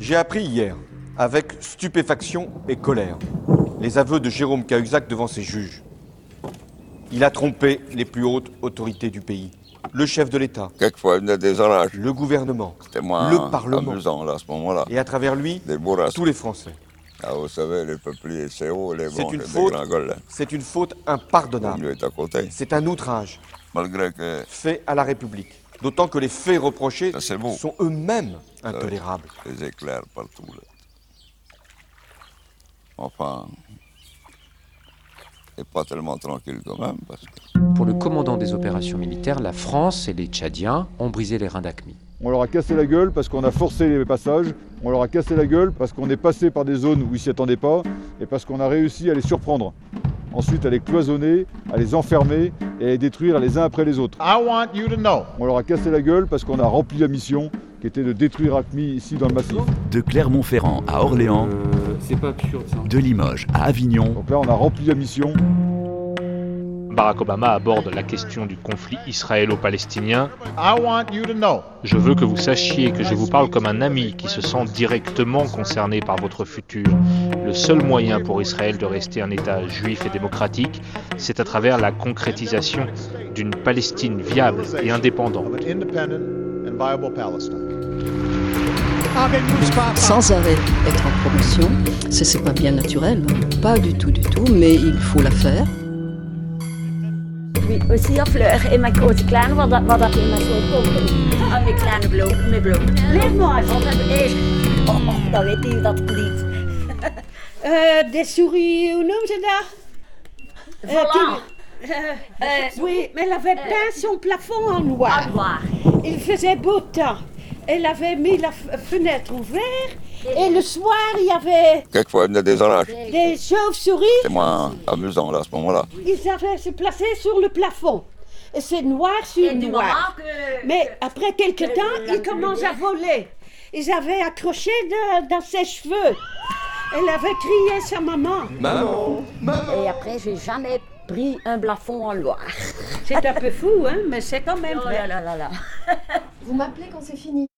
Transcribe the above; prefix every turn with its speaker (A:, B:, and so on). A: J'ai appris hier, avec stupéfaction et colère, les aveux de Jérôme Cahuzac devant ses juges. Il a trompé les plus hautes autorités du pays. Le chef de l'État,
B: Quelquefois, il venait des orages.
A: le gouvernement,
B: C'était moins
A: le Parlement,
B: amusant, là, à ce moment-là.
A: et à travers lui,
B: Des bourrasques.
A: tous les Français.
B: Ah, vous savez, les peupliers, c'est haut, les
A: C'est
B: bons,
A: une
B: les
A: faute, Ah.
B: dégringoles, là.
A: c'est une faute
B: Le
A: impardonnable.
B: milieu est à côté.
A: C'est un outrage
B: Malgré que
A: fait à la République. D'autant que les faits reprochés
B: Ça, c'est beau.
A: sont eux-mêmes intolérables.
B: les éclairs partout, là. Enfin, c'est pas tellement tranquille quand même, parce que
C: Pour le commandant des opérations militaires, la France et les Tchadiens ont brisé les reins d'ACMI.
D: On leur a cassé la gueule parce qu'on a forcé les passages, on leur a cassé la gueule parce qu'on est passé par des zones où ils s'y attendaient pas et parce qu'on a réussi à les surprendre. Ensuite, à les cloisonner, à les enfermer et à les détruire les uns après les autres.
E: I want you to know
D: On leur a cassé la gueule parce qu'on a rempli la mission qui était de détruire ACMI ici dans le massif.
F: De Clermont-Ferrand à Orléans,
G: Euh, c'est pas absurde ça.
F: de Limoges à Avignon,
D: Donc là, on a rempli la mission.
H: Barack Obama aborde la question du conflit israélo-palestinien.
E: I want you to know
H: Je veux que vous sachiez que je vous parle comme un ami qui se sent directement concerné par votre futur. Le seul moyen pour Israël de rester un État juif et démocratique, c'est à travers la concrétisation d'une Palestine viable et indépendante.
E: of an independent and viable Palestine.
I: sans arrêt être en promotion. C'est- C'est pas bien naturel, hein. pas du tout, du tout, mais il faut la faire.
J: Wie- We zien vleur in mijn grote klein wat dat, wat dat in mijn grote kop is.
I: Ah,
J: En mijn kleine bloem, mijn bloem. Leef maar, wat heb ik eerst? Oh, oh, dan weet hij dat niet. Euh,
I: des souris, ou non, Euh,
J: Voilà,
I: ah. Oui, mais elle avait peint son plafond en noir.
J: waar.
I: Il faisait beau temps. Elle avait mis la f- fenêtre ouverte et le soir, il y avait
B: quelquefois, il venait des orages.
I: des chauves-souris.
B: C'était moins amusant, là, à ce moment-là.
I: Ils avaient se placé sur le plafond. Et c'est noir sur
J: En die
I: noir.
J: mama, eh,
I: Mais après quelque temps, ils commencent à voler. Ils avaient accroché de- dans ses cheveux. Elle avait crié sa maman.
J: Et après, j'ai jamais pris un plafond en Loire.
I: C'est un peu fou, hein, mais c'est quand même
J: Oh
I: vrai.
J: là là là là.
I: Vous m'appelez quand c'est fini